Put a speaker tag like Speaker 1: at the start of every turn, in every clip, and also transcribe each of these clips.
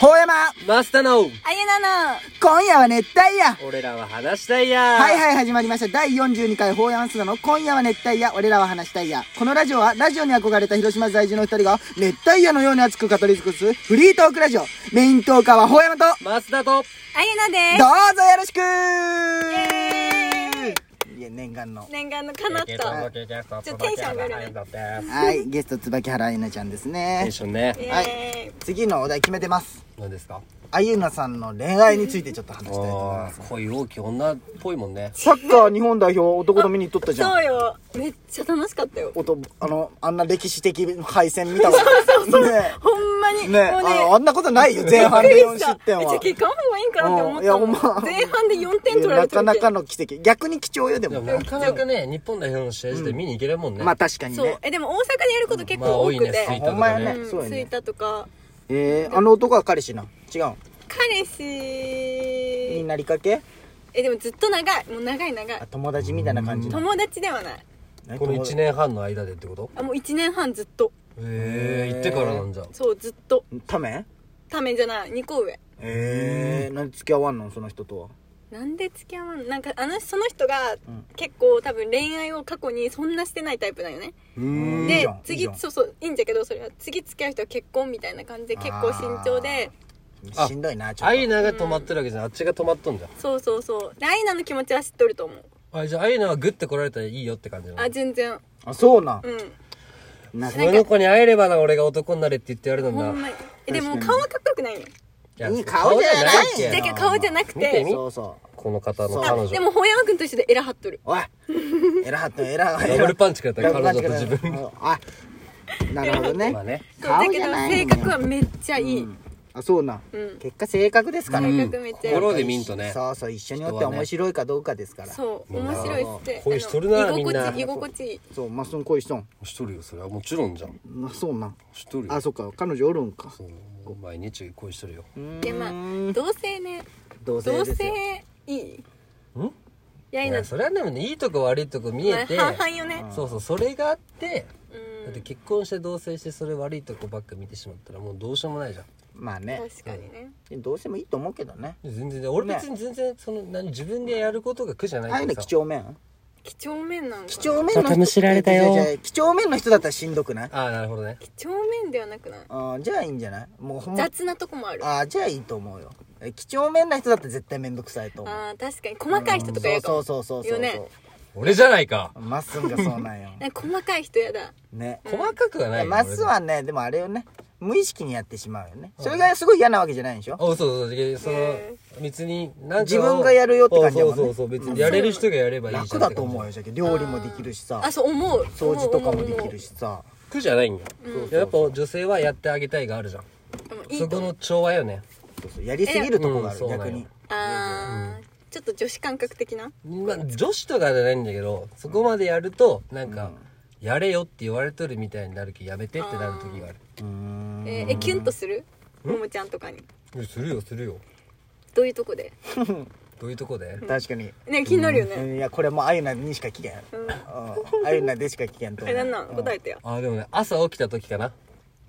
Speaker 1: ほうやま
Speaker 2: マスターの
Speaker 3: あゆなの
Speaker 1: 今夜は熱帯夜
Speaker 2: 俺らは話したいや
Speaker 1: はいはい始まりました第42回ほうやま須田の今夜は熱帯夜俺らは話したいやこのラジオはラジオに憧れた広島在住の二人が熱帯夜のように熱く語り尽くすフリートークラジオメイントーカーはほうやまとど
Speaker 2: マスターと
Speaker 3: あゆな
Speaker 1: う
Speaker 3: です
Speaker 1: ぞよろしく
Speaker 3: エ
Speaker 1: いや念願の
Speaker 3: 念願の叶った
Speaker 2: ちょっ
Speaker 3: とテンション上がるね
Speaker 2: テ
Speaker 1: はいゲスト椿原愛菜ちゃんですね
Speaker 2: ンションね
Speaker 3: イエーイ、
Speaker 1: はい次のお題決めてます
Speaker 2: 何ですか
Speaker 1: あゆなさんの恋愛についてちょっと話したいと思い
Speaker 2: あ
Speaker 1: ます
Speaker 2: ー恋大きい女っぽいもんね
Speaker 1: サッカー日本代表男の見に行っとったじゃん
Speaker 3: そうよめっちゃ楽しかったよ
Speaker 1: おとあのあんな歴史的敗戦見た ことないね
Speaker 3: ほんまに、
Speaker 1: えねえ
Speaker 3: もう
Speaker 1: あの
Speaker 3: ね
Speaker 1: あんなことないよ前半
Speaker 3: びっ
Speaker 1: で
Speaker 3: く
Speaker 1: 4
Speaker 3: りした
Speaker 1: 失点
Speaker 3: えじゃ
Speaker 1: は
Speaker 3: あ結果の方がいいんかなって思ったの
Speaker 1: うんいやほんま
Speaker 3: 前半で4点取られ
Speaker 1: な
Speaker 3: てる
Speaker 1: か
Speaker 3: け
Speaker 1: なかの奇跡逆に貴重よで
Speaker 2: で
Speaker 1: も
Speaker 2: もなかなかね日本代表の試合自体見に行けるもんね
Speaker 1: まあ確かに
Speaker 3: そう
Speaker 1: ね
Speaker 3: えでも大阪でやること結
Speaker 2: まあ
Speaker 3: 構多
Speaker 2: 多
Speaker 3: く
Speaker 2: い
Speaker 3: て、
Speaker 2: ねスイート
Speaker 1: ほ
Speaker 2: と
Speaker 1: んま
Speaker 2: か
Speaker 1: や
Speaker 2: ね
Speaker 1: ねそう
Speaker 3: う
Speaker 1: や
Speaker 3: ん、
Speaker 1: ね
Speaker 3: 着いたとか
Speaker 1: えーあの男は彼氏な違う
Speaker 3: 彼
Speaker 1: んに
Speaker 3: 氏
Speaker 1: なりかけ
Speaker 3: えでもずっと長いもう長い長い
Speaker 1: あ友達みたいな感じ
Speaker 3: 友達ではない
Speaker 1: 何
Speaker 2: この
Speaker 1: 友
Speaker 2: 1
Speaker 1: 達
Speaker 2: 年半の間でってこと
Speaker 3: あもう1年半ずっと
Speaker 2: ええ行ってからなんじゃ
Speaker 3: そうずっと
Speaker 1: ため
Speaker 3: ためじゃない2個上
Speaker 1: えー何付き合わんのその人とは
Speaker 3: なんで付き合わんなんかあのその人が
Speaker 1: ん
Speaker 3: 結構多分恋愛を過去にそんなしてないタイプなんよね、
Speaker 1: うんいい
Speaker 3: で
Speaker 1: じゃんいい
Speaker 3: 次
Speaker 1: じゃん
Speaker 3: そうそういいんじゃけどそれは次付き合う人は結婚みたいな感じで結構慎重で
Speaker 2: あ
Speaker 1: しんどいなちょ
Speaker 2: ア
Speaker 1: っ
Speaker 2: イナが止まってるわけじゃんあっちが止まっとんじゃん
Speaker 3: そうそうそうでアイナの気持ちは知っとると思う
Speaker 2: あじゃあアイナはグッて来られたらいいよって感じなの
Speaker 3: あ全然
Speaker 1: とあそうなん
Speaker 3: うん
Speaker 1: な
Speaker 2: この子に会えればな俺が男になれって言ってやるの
Speaker 3: ほん
Speaker 2: な
Speaker 3: まにえでも顔はかっこよくないよ
Speaker 2: いや
Speaker 1: いい顔じゃない
Speaker 2: じゃ
Speaker 3: だ
Speaker 2: ん
Speaker 3: けど顔じゃなく
Speaker 2: 見て
Speaker 3: て
Speaker 2: み
Speaker 1: そうそう
Speaker 2: この方の
Speaker 3: あ
Speaker 2: 彼女
Speaker 3: でも本山君と一緒でエラ張っとる
Speaker 1: おいエラハットエラハ
Speaker 2: ダブルパンチ食らったよ彼女と自分
Speaker 1: あなるほど ね
Speaker 2: まあね
Speaker 3: そうだ
Speaker 1: 顔
Speaker 3: け
Speaker 1: じ
Speaker 3: ど
Speaker 1: ゃない
Speaker 3: 性格はめっちゃいい、
Speaker 1: あそうなん
Speaker 3: うん
Speaker 1: 結果性格ですから
Speaker 3: 性格めっちゃいい
Speaker 2: 心で見んとね
Speaker 1: そうそう一緒におって面白いかどうかですから
Speaker 3: そう面白いっすって
Speaker 2: 恋しとるな
Speaker 3: あの
Speaker 2: みんな
Speaker 3: 居心地いい居心地いい
Speaker 1: そうマスン恋しとん
Speaker 2: しとるよそれはもちろんじゃん
Speaker 1: まあそうなん
Speaker 2: しとるよ
Speaker 1: あそっか彼女おるんか
Speaker 2: そう毎日恋しとるよ
Speaker 3: でまあ同性ね
Speaker 1: 同性
Speaker 3: 同
Speaker 1: ですよ
Speaker 3: 性いい
Speaker 2: ん
Speaker 3: や
Speaker 2: い
Speaker 3: いな
Speaker 2: やそれはでもねいいとこ悪いとこ見
Speaker 3: まあ
Speaker 2: えて
Speaker 3: 半々よね
Speaker 2: そうそうそれがあって
Speaker 3: うん
Speaker 2: だって結婚して同棲してそれ悪いとこばっか見てしまったらもうどうしようもないじゃん
Speaker 1: まあね
Speaker 3: 確かにね
Speaker 1: どうしてもいいと思うけどね
Speaker 2: 全然ね俺別に全然その何自分でやることが苦じゃ
Speaker 1: ああ
Speaker 2: ないいう
Speaker 1: の
Speaker 2: けど
Speaker 1: 几
Speaker 2: さ
Speaker 1: 帳面
Speaker 3: 几帳面なんか
Speaker 1: 几
Speaker 3: 几
Speaker 1: 帳面の人
Speaker 2: またむしられたよ
Speaker 1: じゃあじゃあ几帳面の人だったらしんどくない
Speaker 2: ああなるほどね
Speaker 3: 帳面ではなくない
Speaker 1: あーじゃあいいんじゃないもうほんま
Speaker 3: 雑なとこもあるあ
Speaker 1: あーじゃあいいと思うよえ几帳面な人だったら絶対面倒くさいと思う
Speaker 3: ー確かに細かい人とか
Speaker 1: そ
Speaker 3: や
Speaker 1: う
Speaker 3: るか
Speaker 1: そ
Speaker 3: も
Speaker 1: うそうそうそ
Speaker 3: よ
Speaker 1: う
Speaker 3: ね
Speaker 2: 俺じゃないか
Speaker 1: マッスンがそうなんよ
Speaker 3: なんか細かい人やだ
Speaker 1: ね
Speaker 2: 細かくはないよ
Speaker 1: マッスンはねでもあれよね無意識にやってしまうよねそれがすごい嫌なわけじゃないんでしょ
Speaker 2: あそうそうでその別になんかを
Speaker 1: 自分がやるよって感じだもんね
Speaker 2: そうそうそう別にやれる人がやればいいじゃん
Speaker 1: 楽だと思うよ
Speaker 2: よ
Speaker 1: じゃけ料理もできるしさ
Speaker 3: あそう思う
Speaker 1: 掃除とかもで
Speaker 3: 思
Speaker 1: き
Speaker 3: う
Speaker 1: るしさ
Speaker 2: 苦じゃないんよやっぱ女性はやってあげたいがあるじゃん
Speaker 3: 思う思うい
Speaker 2: そ
Speaker 3: い
Speaker 2: こ
Speaker 3: と思う
Speaker 2: の調和よね
Speaker 1: そうそうやりすぎるとこがある
Speaker 2: うんそうな
Speaker 1: 逆
Speaker 2: んよ
Speaker 1: に
Speaker 3: あーちょっと女子感覚的な
Speaker 2: まあ女子とかじゃないんだけどそこまでやるとなんか、やれよって言われとるみたいになるけどやめてってなる時がある
Speaker 1: うーん
Speaker 3: えーえキュンとするももちゃんとかに
Speaker 2: いやするよするよ
Speaker 3: どういうとこで
Speaker 2: どういうとこで
Speaker 1: 確かに
Speaker 3: ね気になるよ
Speaker 1: う
Speaker 3: ね
Speaker 1: んいやこれもうあゆなにしか聞けん
Speaker 3: うん
Speaker 1: うんあゆなでしか聞けんと思
Speaker 3: え
Speaker 1: う
Speaker 3: なんなん答えてよ
Speaker 2: あーでもね朝起きた時かな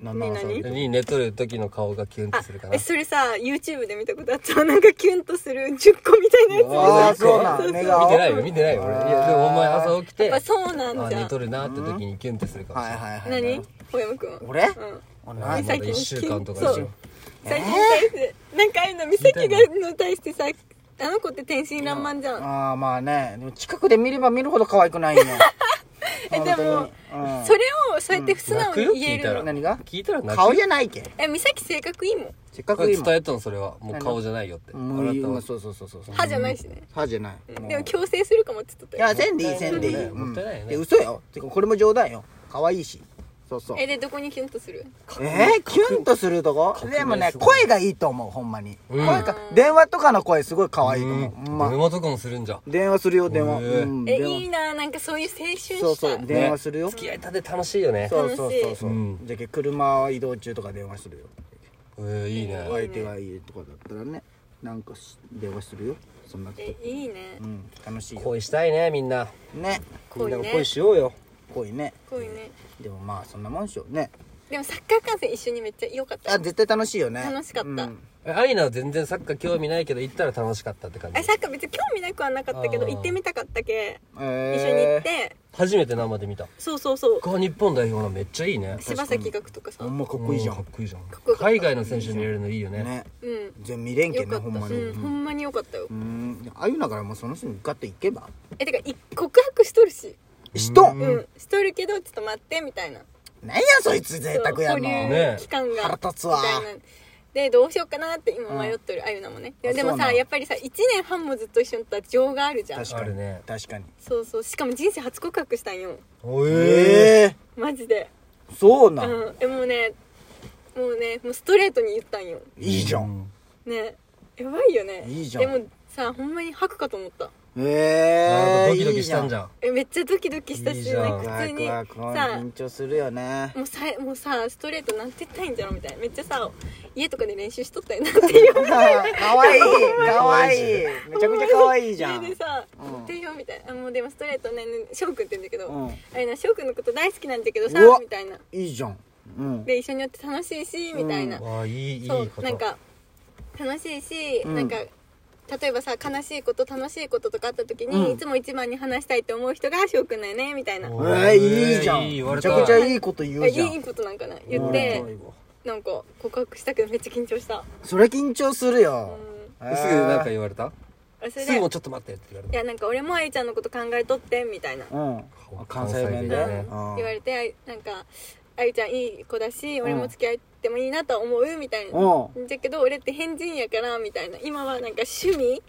Speaker 1: なんなん
Speaker 3: 何
Speaker 1: そういう
Speaker 2: に寝とる時の顔がキュンと
Speaker 3: あ
Speaker 2: するかな
Speaker 3: えそれさ YouTube で見たことあったなんかキュンとする10個みたいなやつ
Speaker 1: ああそうなん
Speaker 2: 見て
Speaker 1: 寝顔
Speaker 2: ないよ見てないよ俺いやでもお前朝起きて
Speaker 3: やっぱそうな
Speaker 2: あ
Speaker 3: んじ
Speaker 2: ー
Speaker 3: ゃ
Speaker 2: 寝とるなって時にキュンってするかもし
Speaker 1: は
Speaker 2: れ
Speaker 1: い
Speaker 2: な
Speaker 1: は
Speaker 2: い、
Speaker 1: いはい
Speaker 3: 何小山くんは
Speaker 1: 俺
Speaker 3: うん
Speaker 1: あ
Speaker 2: まあ
Speaker 1: な
Speaker 2: ま
Speaker 1: い
Speaker 2: だ1週間とかでし
Speaker 3: そ
Speaker 2: ょ
Speaker 3: う最近対して、なんかああいうの美咲がの対してさあの子って天真爛漫じゃん
Speaker 1: ああまあねでも近くで見れば見るほど可愛くないよ
Speaker 3: えでも
Speaker 1: うん
Speaker 3: それをそうやって素直に言え
Speaker 2: 泣くよ聞いた
Speaker 3: る
Speaker 2: ら
Speaker 3: の
Speaker 1: 何が
Speaker 2: 聞いたら泣く
Speaker 1: 顔じゃないけ
Speaker 3: え美咲性格いいもん
Speaker 1: せっか
Speaker 2: こ
Speaker 1: く
Speaker 2: れ
Speaker 1: 今
Speaker 2: 伝えたのそれはもう顔じゃないよってあ
Speaker 1: もう
Speaker 2: なたは
Speaker 1: そうそうそうそうそう
Speaker 3: 歯じゃないしね
Speaker 1: 歯じゃない
Speaker 3: でも強制するかもって言っ
Speaker 1: い
Speaker 3: てたよ
Speaker 1: やせんでいいせんでいい
Speaker 2: もったいないねもったいないよね
Speaker 1: うん嘘よてかこれも冗談よ可愛いしそうそう
Speaker 3: えでどこにキュンとする
Speaker 1: えー、キュンとするとこ
Speaker 2: 革命
Speaker 1: でもね
Speaker 2: すごい
Speaker 1: 声がいいと思うほんまに、
Speaker 2: うん
Speaker 1: 声か電話とかの声すごい可愛いと
Speaker 2: うん
Speaker 1: 思う、ほんま
Speaker 2: 電話とかもするんじゃん
Speaker 1: 電話するよ電話、
Speaker 2: へえ
Speaker 1: うん、
Speaker 3: え
Speaker 1: 電話
Speaker 3: いいななんかそういう青春した
Speaker 1: そうそう電話するよ、
Speaker 2: 付き合いたて楽しいよね
Speaker 1: そうそうそうそう、
Speaker 2: うん
Speaker 1: じゃけ車移動中とか電話するよ
Speaker 2: えー、いいね
Speaker 1: 相手がいいとかだったらねなんかし電話するよそんなこと
Speaker 3: えいいね
Speaker 1: うん楽しいよ
Speaker 2: 恋したいねみんな
Speaker 1: ね
Speaker 2: みん
Speaker 3: 恋
Speaker 2: なも
Speaker 3: ね
Speaker 2: 恋しようよ
Speaker 1: 恋ね
Speaker 3: 恋ね
Speaker 1: でもまあそんなもんでしょうね
Speaker 3: ででもサッカー観戦一緒にめっちゃ良かった
Speaker 1: あ絶対楽しいよね
Speaker 3: 楽しかった
Speaker 1: うん
Speaker 2: えアイナは全然サッカー興味ないけど行ったら楽しかったって感じ
Speaker 3: あサッカー別に興味なくはなかったけど
Speaker 2: あー
Speaker 3: 行ってみたかったけ一
Speaker 1: えー
Speaker 3: 緒に行って
Speaker 2: 初めて生で見た
Speaker 3: そうそうそう
Speaker 2: こう日本代表のめっちゃいいね
Speaker 3: 柴崎岳とかさ
Speaker 1: ほんまかっこいいじゃ
Speaker 2: うんかっこいいじゃん
Speaker 3: こよかった
Speaker 2: 海外の選手見れるのいいよね
Speaker 1: ね
Speaker 3: うん
Speaker 1: 全然未練
Speaker 3: よ
Speaker 1: 系
Speaker 3: か
Speaker 1: ね
Speaker 3: っ
Speaker 1: ほ
Speaker 3: た
Speaker 1: んまに
Speaker 3: うんほ
Speaker 1: うん
Speaker 3: まによかったよ
Speaker 1: うんああいうのからもうその人に向かっていけば
Speaker 3: えてかい告白しとるし
Speaker 1: しとん
Speaker 3: う
Speaker 1: なん
Speaker 3: んしとるけどちょっと待ってみたいな
Speaker 1: やそいつ贅沢や
Speaker 3: そう保
Speaker 1: の
Speaker 2: ね
Speaker 3: 留期間が
Speaker 1: 腹立つわ
Speaker 3: みたいなでどうしようかなって今迷っとるあゆなもねいや
Speaker 1: あ
Speaker 3: でも
Speaker 1: そうな
Speaker 3: さ
Speaker 1: の
Speaker 3: やっぱりさ1年半もずっと一緒にいたら情があるじゃん
Speaker 1: 確か
Speaker 2: あ
Speaker 1: に
Speaker 2: るね
Speaker 1: 確かに
Speaker 3: そうそうしかも人生初告白したんよ
Speaker 2: おえ
Speaker 1: ええ
Speaker 3: マジで
Speaker 1: そう
Speaker 3: う
Speaker 1: なん
Speaker 3: んえもうねもうねもうストレートに言ったんよ
Speaker 1: いいじゃん
Speaker 3: ねやばいよね
Speaker 1: いいじゃん
Speaker 3: でもさほんまに吐くかと思った
Speaker 1: ええ
Speaker 2: ドキドキしたんじ
Speaker 1: ゃん
Speaker 2: ゃん
Speaker 3: えめっちゃドキドキしたし
Speaker 2: いいじゃん
Speaker 3: なんか
Speaker 1: ワ
Speaker 3: 普通
Speaker 1: ク
Speaker 3: に
Speaker 1: ワクワク緊張するよね
Speaker 3: もうさもうさストレートなんて言ったらいいんじゃろみたいなめっちゃさ家とかで練習しとったよなっていう
Speaker 1: か わいいかわいいめちゃくちゃかわいいじゃ
Speaker 3: 家
Speaker 1: ん
Speaker 3: でさ「
Speaker 1: うん
Speaker 3: 言ってよ」みたいなあ「もうでもストレートねね翔くんって言うんだけど、
Speaker 1: うん
Speaker 3: あれな翔くんのこと大好きなんだけどさ
Speaker 1: うわ」
Speaker 3: みたいない
Speaker 1: いじゃんうん
Speaker 3: で一緒におって楽しいしみたいな、
Speaker 2: わあいいいい
Speaker 3: そ
Speaker 2: こ
Speaker 3: う
Speaker 2: と
Speaker 3: なんか楽しいし、
Speaker 1: うん
Speaker 3: なんか例えばさ悲しいこと楽しいこととかあった時に、
Speaker 1: うん
Speaker 3: いつも一番に話したいと思う人が翔くんだよねみたいな
Speaker 2: お
Speaker 1: えーいいじゃ
Speaker 2: いい言
Speaker 1: ん
Speaker 2: わ
Speaker 1: め
Speaker 2: れ
Speaker 1: ち
Speaker 2: た
Speaker 1: ゃくちゃいいこと言
Speaker 3: え
Speaker 1: うじゃん
Speaker 3: いいことなんかな言って
Speaker 1: うん
Speaker 3: なんか告白したけどめっちゃ緊張した、
Speaker 1: それ緊張するよ
Speaker 3: う
Speaker 1: えー
Speaker 2: すぐなんか言われた
Speaker 3: ん、それ
Speaker 2: す
Speaker 3: で
Speaker 2: ぐもうちょっと待ってって言われ
Speaker 3: い
Speaker 2: た
Speaker 3: やなんか俺もあゆちゃんのこと考えとってみたいな、
Speaker 1: うん関西弁で
Speaker 2: 関西
Speaker 3: う
Speaker 2: 弁
Speaker 3: ん
Speaker 1: うん
Speaker 3: 言われてあなんかあゆちゃんいい子だし俺も付き合ってもいいなとは思うみたいな、
Speaker 1: う
Speaker 3: だけど俺って変人やからみたいな今はなんか趣味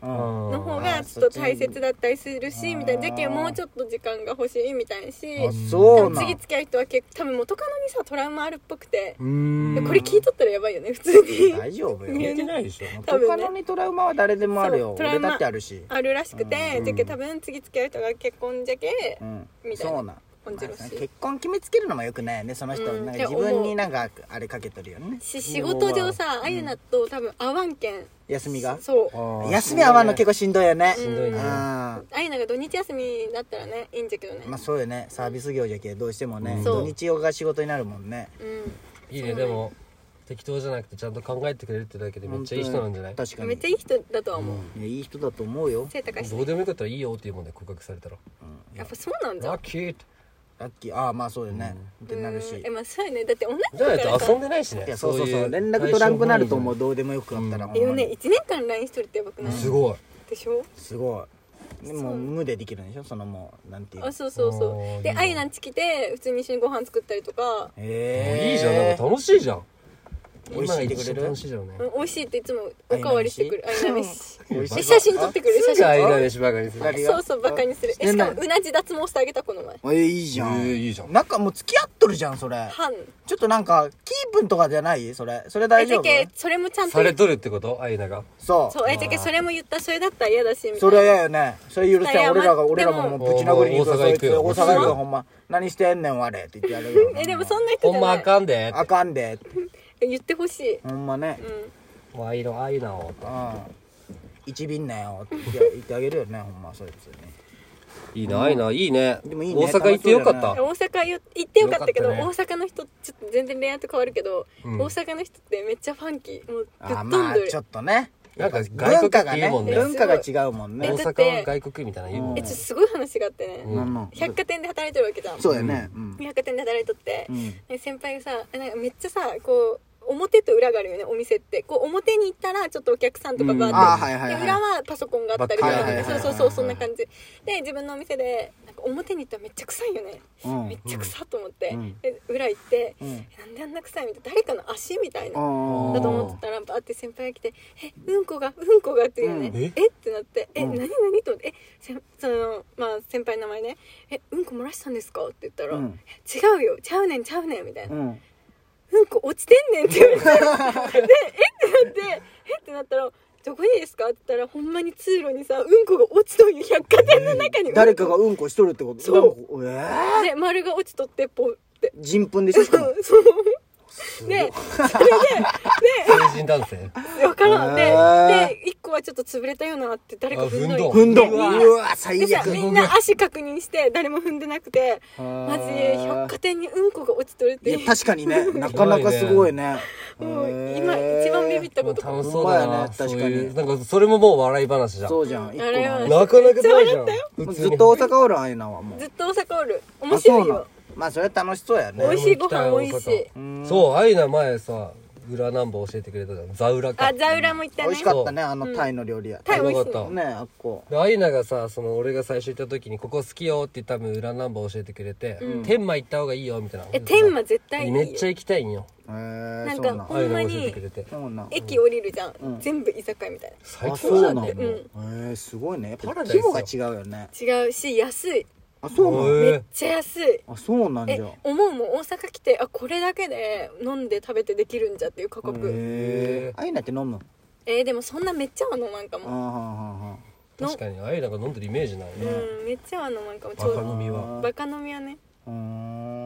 Speaker 1: うん
Speaker 3: の方
Speaker 1: う
Speaker 3: が
Speaker 1: ん
Speaker 3: ちょっと大切だったりするし
Speaker 1: うん
Speaker 3: みたいなじゃけんもうちょっと時間が欲しいみたいなし
Speaker 1: あそうな
Speaker 3: 次
Speaker 1: ん
Speaker 3: 付き合う人は結構多分元カノにさトラウマあるっぽくて
Speaker 2: う、ーん
Speaker 3: これ聞いとったらやばいよね普通に
Speaker 1: 大丈 夫
Speaker 3: 言
Speaker 1: よ
Speaker 3: うてない
Speaker 2: でしょ
Speaker 3: 多分ね
Speaker 1: 他のにトラウマは誰でもある
Speaker 3: そ
Speaker 1: よ
Speaker 3: うトラウ
Speaker 1: 俺
Speaker 3: マ
Speaker 1: だってあるし
Speaker 3: あるらしくて、
Speaker 2: うん
Speaker 3: じゃけ多分次付き合う人が結婚じゃけ、
Speaker 1: うん
Speaker 3: みたいな
Speaker 1: そうなん
Speaker 3: 感じらしい
Speaker 1: まあ結婚決めつけるのもよくないよねその人
Speaker 3: うん
Speaker 1: なん
Speaker 3: い
Speaker 1: か
Speaker 3: や
Speaker 1: 自分になんかあれかけてるよね
Speaker 3: し仕事上さあゆなと多分合わんけん
Speaker 1: 休みが
Speaker 3: そう
Speaker 1: 休み合わんの結構しんどいよね
Speaker 2: しんどいね
Speaker 1: あ
Speaker 3: あゆなが土日休みだったらねいいんじゃけどね、
Speaker 1: まあそうよねサービス業じゃけどうしてもね
Speaker 2: うん
Speaker 1: 土日用が仕事になるもんね
Speaker 3: う
Speaker 2: いいねでも適当じゃなくてちゃんと考えてくれるってだけでめっちゃいい人なんじゃない
Speaker 1: 確か
Speaker 3: ん
Speaker 1: に
Speaker 3: めっちゃいい人だとは思う、
Speaker 1: いやいい人だと思うよ
Speaker 3: 背高いし
Speaker 2: どうでもよかったらいいよって言うもんね告白されたら
Speaker 3: やっぱそうなんだ
Speaker 2: ラッキーって
Speaker 1: ラッキーああまあそうよねってなるし
Speaker 3: うんえまあそうやねだって女
Speaker 2: じゃない
Speaker 3: の子から
Speaker 2: と遊んで
Speaker 3: さ
Speaker 2: ないしね
Speaker 1: いやそうそう
Speaker 2: い
Speaker 1: そう連絡取らんくなると思
Speaker 2: う
Speaker 1: うどうでもよくなったらほ
Speaker 3: え
Speaker 1: ん
Speaker 3: よ
Speaker 1: ま
Speaker 3: ね
Speaker 1: に
Speaker 3: 1年間 LINE しとるってやばくない
Speaker 2: すごい
Speaker 3: でしょ
Speaker 1: すごいでもう無でできるんでしょそのもうなんていう
Speaker 3: あそうそう
Speaker 2: あ
Speaker 3: そう
Speaker 2: ー
Speaker 3: で
Speaker 2: いいね
Speaker 3: あゆなんち来て普通に一緒にご飯作ったりとか
Speaker 1: ええ
Speaker 2: いいじゃんなんか楽しいじゃん
Speaker 1: 美味しいってくれ
Speaker 2: 今一
Speaker 1: る
Speaker 2: 番楽しいじゃんね
Speaker 3: うん美味しいっていつもおかわりしてくるあ
Speaker 1: あ
Speaker 3: ゆな
Speaker 1: ゆな
Speaker 3: 飯
Speaker 1: 飯美味しい
Speaker 3: え写真撮ってくる写
Speaker 2: すぐアイ
Speaker 3: 真
Speaker 2: ラ飯ばかりす
Speaker 1: ある
Speaker 2: る
Speaker 1: よ
Speaker 3: そうそうバカにするえ
Speaker 1: して
Speaker 3: し
Speaker 1: な
Speaker 3: か
Speaker 1: い
Speaker 3: もうなじ脱毛してあげたこの前
Speaker 1: えいいじゃん、
Speaker 2: ええいいじゃん
Speaker 1: なんかもう付き合っとるじゃんそれ
Speaker 3: 半
Speaker 1: ちょっとなんかキープンとかじゃないそれそれ大
Speaker 3: えじ
Speaker 1: 丈
Speaker 3: ゃ
Speaker 1: 夫
Speaker 3: けそれもちゃんと
Speaker 2: されとるってことアイナが
Speaker 1: そう
Speaker 3: そうえじゃけそれも言ったそれだったら嫌だしみたいな
Speaker 1: それは嫌よねそれ許せん
Speaker 3: いや
Speaker 1: 俺らが
Speaker 3: まあ
Speaker 1: 俺ら
Speaker 3: で
Speaker 1: も
Speaker 3: も
Speaker 1: もうぶち殴りに行くよ
Speaker 2: お大阪
Speaker 1: そい
Speaker 2: 行く
Speaker 1: つ
Speaker 2: よ
Speaker 1: 大阪行く
Speaker 2: そ
Speaker 1: よ
Speaker 2: う
Speaker 1: ほんま何してんねん我れって言ってやるよ
Speaker 3: えでもそんな人
Speaker 2: ほん
Speaker 3: じゃな
Speaker 2: ま
Speaker 3: い
Speaker 2: あかんで
Speaker 1: あかんで
Speaker 3: 言ってほしい、
Speaker 1: ほんまね
Speaker 3: うん、
Speaker 2: もうアイロアイナを
Speaker 1: うん一便ねよって言ってあげるよねほんまそいつに
Speaker 2: いいなアイナいいね
Speaker 1: でもいいね
Speaker 2: 大阪行ってよかっ
Speaker 1: 楽しそうだ
Speaker 2: た
Speaker 1: ね
Speaker 3: 大阪よ行ってよかったけど
Speaker 2: よかっ
Speaker 3: 大阪の人ちょっと全然恋愛と変わるけど、
Speaker 2: うん
Speaker 3: 大阪の人ってめっちゃファンキーもうぶっ
Speaker 1: あ
Speaker 3: 飛ん
Speaker 1: まあ
Speaker 3: どる、
Speaker 1: ちょっとね
Speaker 2: なんか外
Speaker 1: 文
Speaker 2: 国
Speaker 1: 化
Speaker 2: っ
Speaker 1: がね
Speaker 2: て言うもんね
Speaker 1: 文化が違うもん
Speaker 2: 大
Speaker 1: ね
Speaker 3: えだ
Speaker 2: 阪
Speaker 3: って
Speaker 2: は外国みたいな言うもん
Speaker 3: え
Speaker 2: ね
Speaker 3: ちょっとすごい話があってね、
Speaker 2: うん
Speaker 1: なんなん
Speaker 3: 百貨店で働いてるわけじゃん
Speaker 1: そうやねうん
Speaker 3: 百貨店で働いとって、
Speaker 1: うん
Speaker 3: で先輩がさなんかめっちゃさこう表と裏があるよねお店ってこう表に行ったらちょっとお客さんとかバーって、
Speaker 1: うんあーはいはいはい
Speaker 3: で裏はパソコンがあったりとか、
Speaker 1: バックヤード
Speaker 3: そう
Speaker 1: ね
Speaker 3: そうそうそんな感じで自分のお店でなんか表に行ったらめっちゃ臭いよね
Speaker 1: うん
Speaker 3: めっちゃ臭っと思って、
Speaker 1: うん
Speaker 3: で裏行って、
Speaker 1: うん
Speaker 3: えなんであんな臭いみたいな誰かの足みたいな、
Speaker 1: うん
Speaker 3: だと思ってたらバーって先輩が来て「えうんこがうんこが」って言うよね「
Speaker 2: うんえ
Speaker 3: えっ?」てなって「え
Speaker 1: うん
Speaker 3: 何何?」と思って「えせんそのまあ先輩の名前ね「えうんこ漏らしたんですか?」って言ったら「
Speaker 1: うん
Speaker 3: 違うよちゃうねんちゃうねん」みたいな「
Speaker 1: うん
Speaker 3: うんこ落ちてんねん」って言われてで 「えっ?」てなって「えっ?」てなったら「どこにですか?」って言ったらほんまに通路にさうんこが落ちとんよ百貨店の中に、
Speaker 1: 誰かがうんこしとるってこと
Speaker 3: そう
Speaker 1: なんか
Speaker 3: で丸が落ちとってポって
Speaker 1: えー人糞でしょしかも
Speaker 3: そうでそれで
Speaker 2: 成人男性
Speaker 3: わからんで
Speaker 1: へー
Speaker 3: で1個はがちょっと潰れたよなって誰か踏んどい
Speaker 2: あ踏
Speaker 3: て
Speaker 2: んど
Speaker 1: 踏んど
Speaker 2: うわ
Speaker 1: うわ
Speaker 3: で
Speaker 1: 最
Speaker 3: さ
Speaker 1: 悪
Speaker 3: みんな足確認して誰も踏んでなくて
Speaker 1: あー
Speaker 3: マジ百貨店にうんこが落ちとるっ
Speaker 1: い
Speaker 3: て
Speaker 1: や確かにねなかなかすごいね
Speaker 3: も
Speaker 1: へー
Speaker 3: う今一番ビビった
Speaker 2: も
Speaker 3: こ
Speaker 2: う
Speaker 3: と
Speaker 2: 楽しそうだ
Speaker 1: ほんまや
Speaker 2: な
Speaker 1: ね
Speaker 2: そう
Speaker 1: 確かに
Speaker 2: いうなんかそれももう笑い話じゃん
Speaker 1: そうじゃん一個
Speaker 3: あれは
Speaker 1: の
Speaker 2: なかなかないじゃん
Speaker 1: もうずっと大阪おるああいうのはもう
Speaker 3: ずっと大阪おる面白い
Speaker 1: あそうなん
Speaker 3: よ
Speaker 1: まあそれは楽しそうや
Speaker 3: 美
Speaker 1: ね
Speaker 3: 味しいご飯美味しい
Speaker 1: うん
Speaker 2: そうアイナ前さ裏ナンバー教えてくれたじゃんザウラか
Speaker 3: あザウラも行った
Speaker 1: 美
Speaker 3: ね
Speaker 1: 味しかったねあのタイの料理屋
Speaker 3: タイ美味し
Speaker 2: うまかっ
Speaker 3: い
Speaker 2: た
Speaker 1: ねあっこ
Speaker 2: でアイナがさその俺が最初行った時に「ここ好きよ」って多分裏ナンバー教えてくれて、天満行った方がいいよみたいな
Speaker 3: え天満絶対いいよ
Speaker 2: めっちゃ行きたいんよ
Speaker 1: へえ
Speaker 3: なん
Speaker 1: そう
Speaker 3: か
Speaker 1: なん
Speaker 2: アイナが教えてくれて
Speaker 1: そうなん
Speaker 3: 駅降りるじゃん全部居酒屋みたいな
Speaker 2: 最
Speaker 1: あ
Speaker 2: 高だ
Speaker 1: そうな
Speaker 2: ねも
Speaker 1: の
Speaker 2: う
Speaker 1: へえすごいねやっぱ
Speaker 2: パラダイス
Speaker 1: 規模
Speaker 2: よ
Speaker 1: が違うよね
Speaker 3: 違うし安い
Speaker 1: あそうなの
Speaker 2: へえ
Speaker 3: めっちゃ安い
Speaker 1: あそうなんじ
Speaker 3: え
Speaker 1: ゃ
Speaker 3: 思うもん大阪来てあこれだけで飲んで食べてできるんじゃっていう価格
Speaker 1: へえああいうのって飲む
Speaker 3: えーでもそんなめっちゃは飲まんか
Speaker 1: あー
Speaker 3: も
Speaker 1: はんはんはん
Speaker 2: 確かにアイナが飲んでるイメージないね、
Speaker 3: うんめっちゃは飲まんかもち
Speaker 2: バカ
Speaker 3: ょ
Speaker 2: 飲みは
Speaker 3: うバカ飲みはね
Speaker 1: うー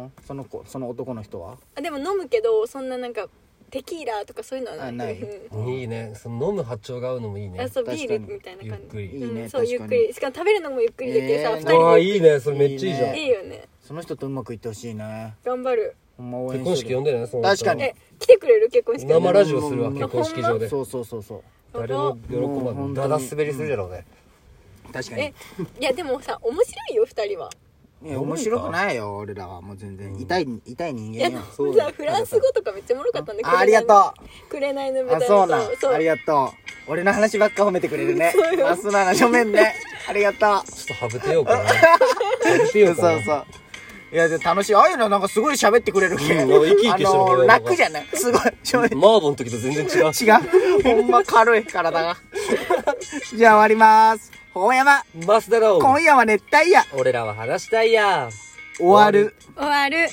Speaker 1: んその子その男の人は
Speaker 3: あでも飲むけどそんななんかテキーラとかそういうのはない
Speaker 1: あない
Speaker 3: うん
Speaker 2: いいねその飲む波長が合うのもいいね
Speaker 3: あそうビ
Speaker 1: 確
Speaker 3: ー
Speaker 1: か
Speaker 3: ル
Speaker 1: に
Speaker 3: みたいな
Speaker 2: ゆっ
Speaker 3: 感じ
Speaker 2: くり
Speaker 1: いいね
Speaker 3: うん、そうゆ
Speaker 1: 確か
Speaker 3: っく
Speaker 1: に
Speaker 3: りしかも食べるのもゆっくりできてさ、
Speaker 1: えー
Speaker 3: 二
Speaker 2: うわ
Speaker 3: 人
Speaker 2: あ
Speaker 3: で
Speaker 2: いいねそれめっちゃいいじゃん
Speaker 1: い
Speaker 3: いいよね
Speaker 1: その人とうまくいってほしいね
Speaker 3: 頑張る
Speaker 1: ほんま応援
Speaker 2: 結婚
Speaker 1: して
Speaker 2: 式
Speaker 1: る
Speaker 2: 呼んでねその
Speaker 1: 確かに
Speaker 3: え来てくれる結婚式
Speaker 2: 生ラジオするわ結婚式場で
Speaker 1: そうそうそうそう
Speaker 2: 誰も喜
Speaker 1: もう
Speaker 2: ば
Speaker 1: 本当
Speaker 2: ん
Speaker 1: に
Speaker 2: ダダ滑りするじゃろうね、
Speaker 1: 確か
Speaker 3: え
Speaker 1: に
Speaker 3: いやでもさ面白いよ二人は
Speaker 1: ね面白くないよ俺らはもう全然痛い痛い人
Speaker 3: い
Speaker 1: 間
Speaker 3: やで
Speaker 1: よ
Speaker 3: もさフランス語とかめっちゃおもろかったんで
Speaker 1: あありがとう
Speaker 3: う紅の豚
Speaker 1: あそうなん
Speaker 3: そう
Speaker 1: ありがとう俺の話ばっか褒めてくれるねラスナーが正面ねありがと
Speaker 2: ちょっとハブてよう かなハブて
Speaker 1: うそう
Speaker 2: ようかな
Speaker 1: そうそういやで楽しいああいうのなんかすごい喋ってくれるけ、
Speaker 2: うん
Speaker 1: ど
Speaker 2: 生き生きしてる
Speaker 1: あの
Speaker 2: これなんか
Speaker 1: 楽じゃないすごい正面
Speaker 2: マーボンの時と全然違う
Speaker 1: 違うほんま軽い体 がじゃあ終わりますほ山
Speaker 2: マスだろう
Speaker 1: 今夜は熱帯夜
Speaker 2: 俺らは話したいや
Speaker 1: 終わる
Speaker 3: 終わる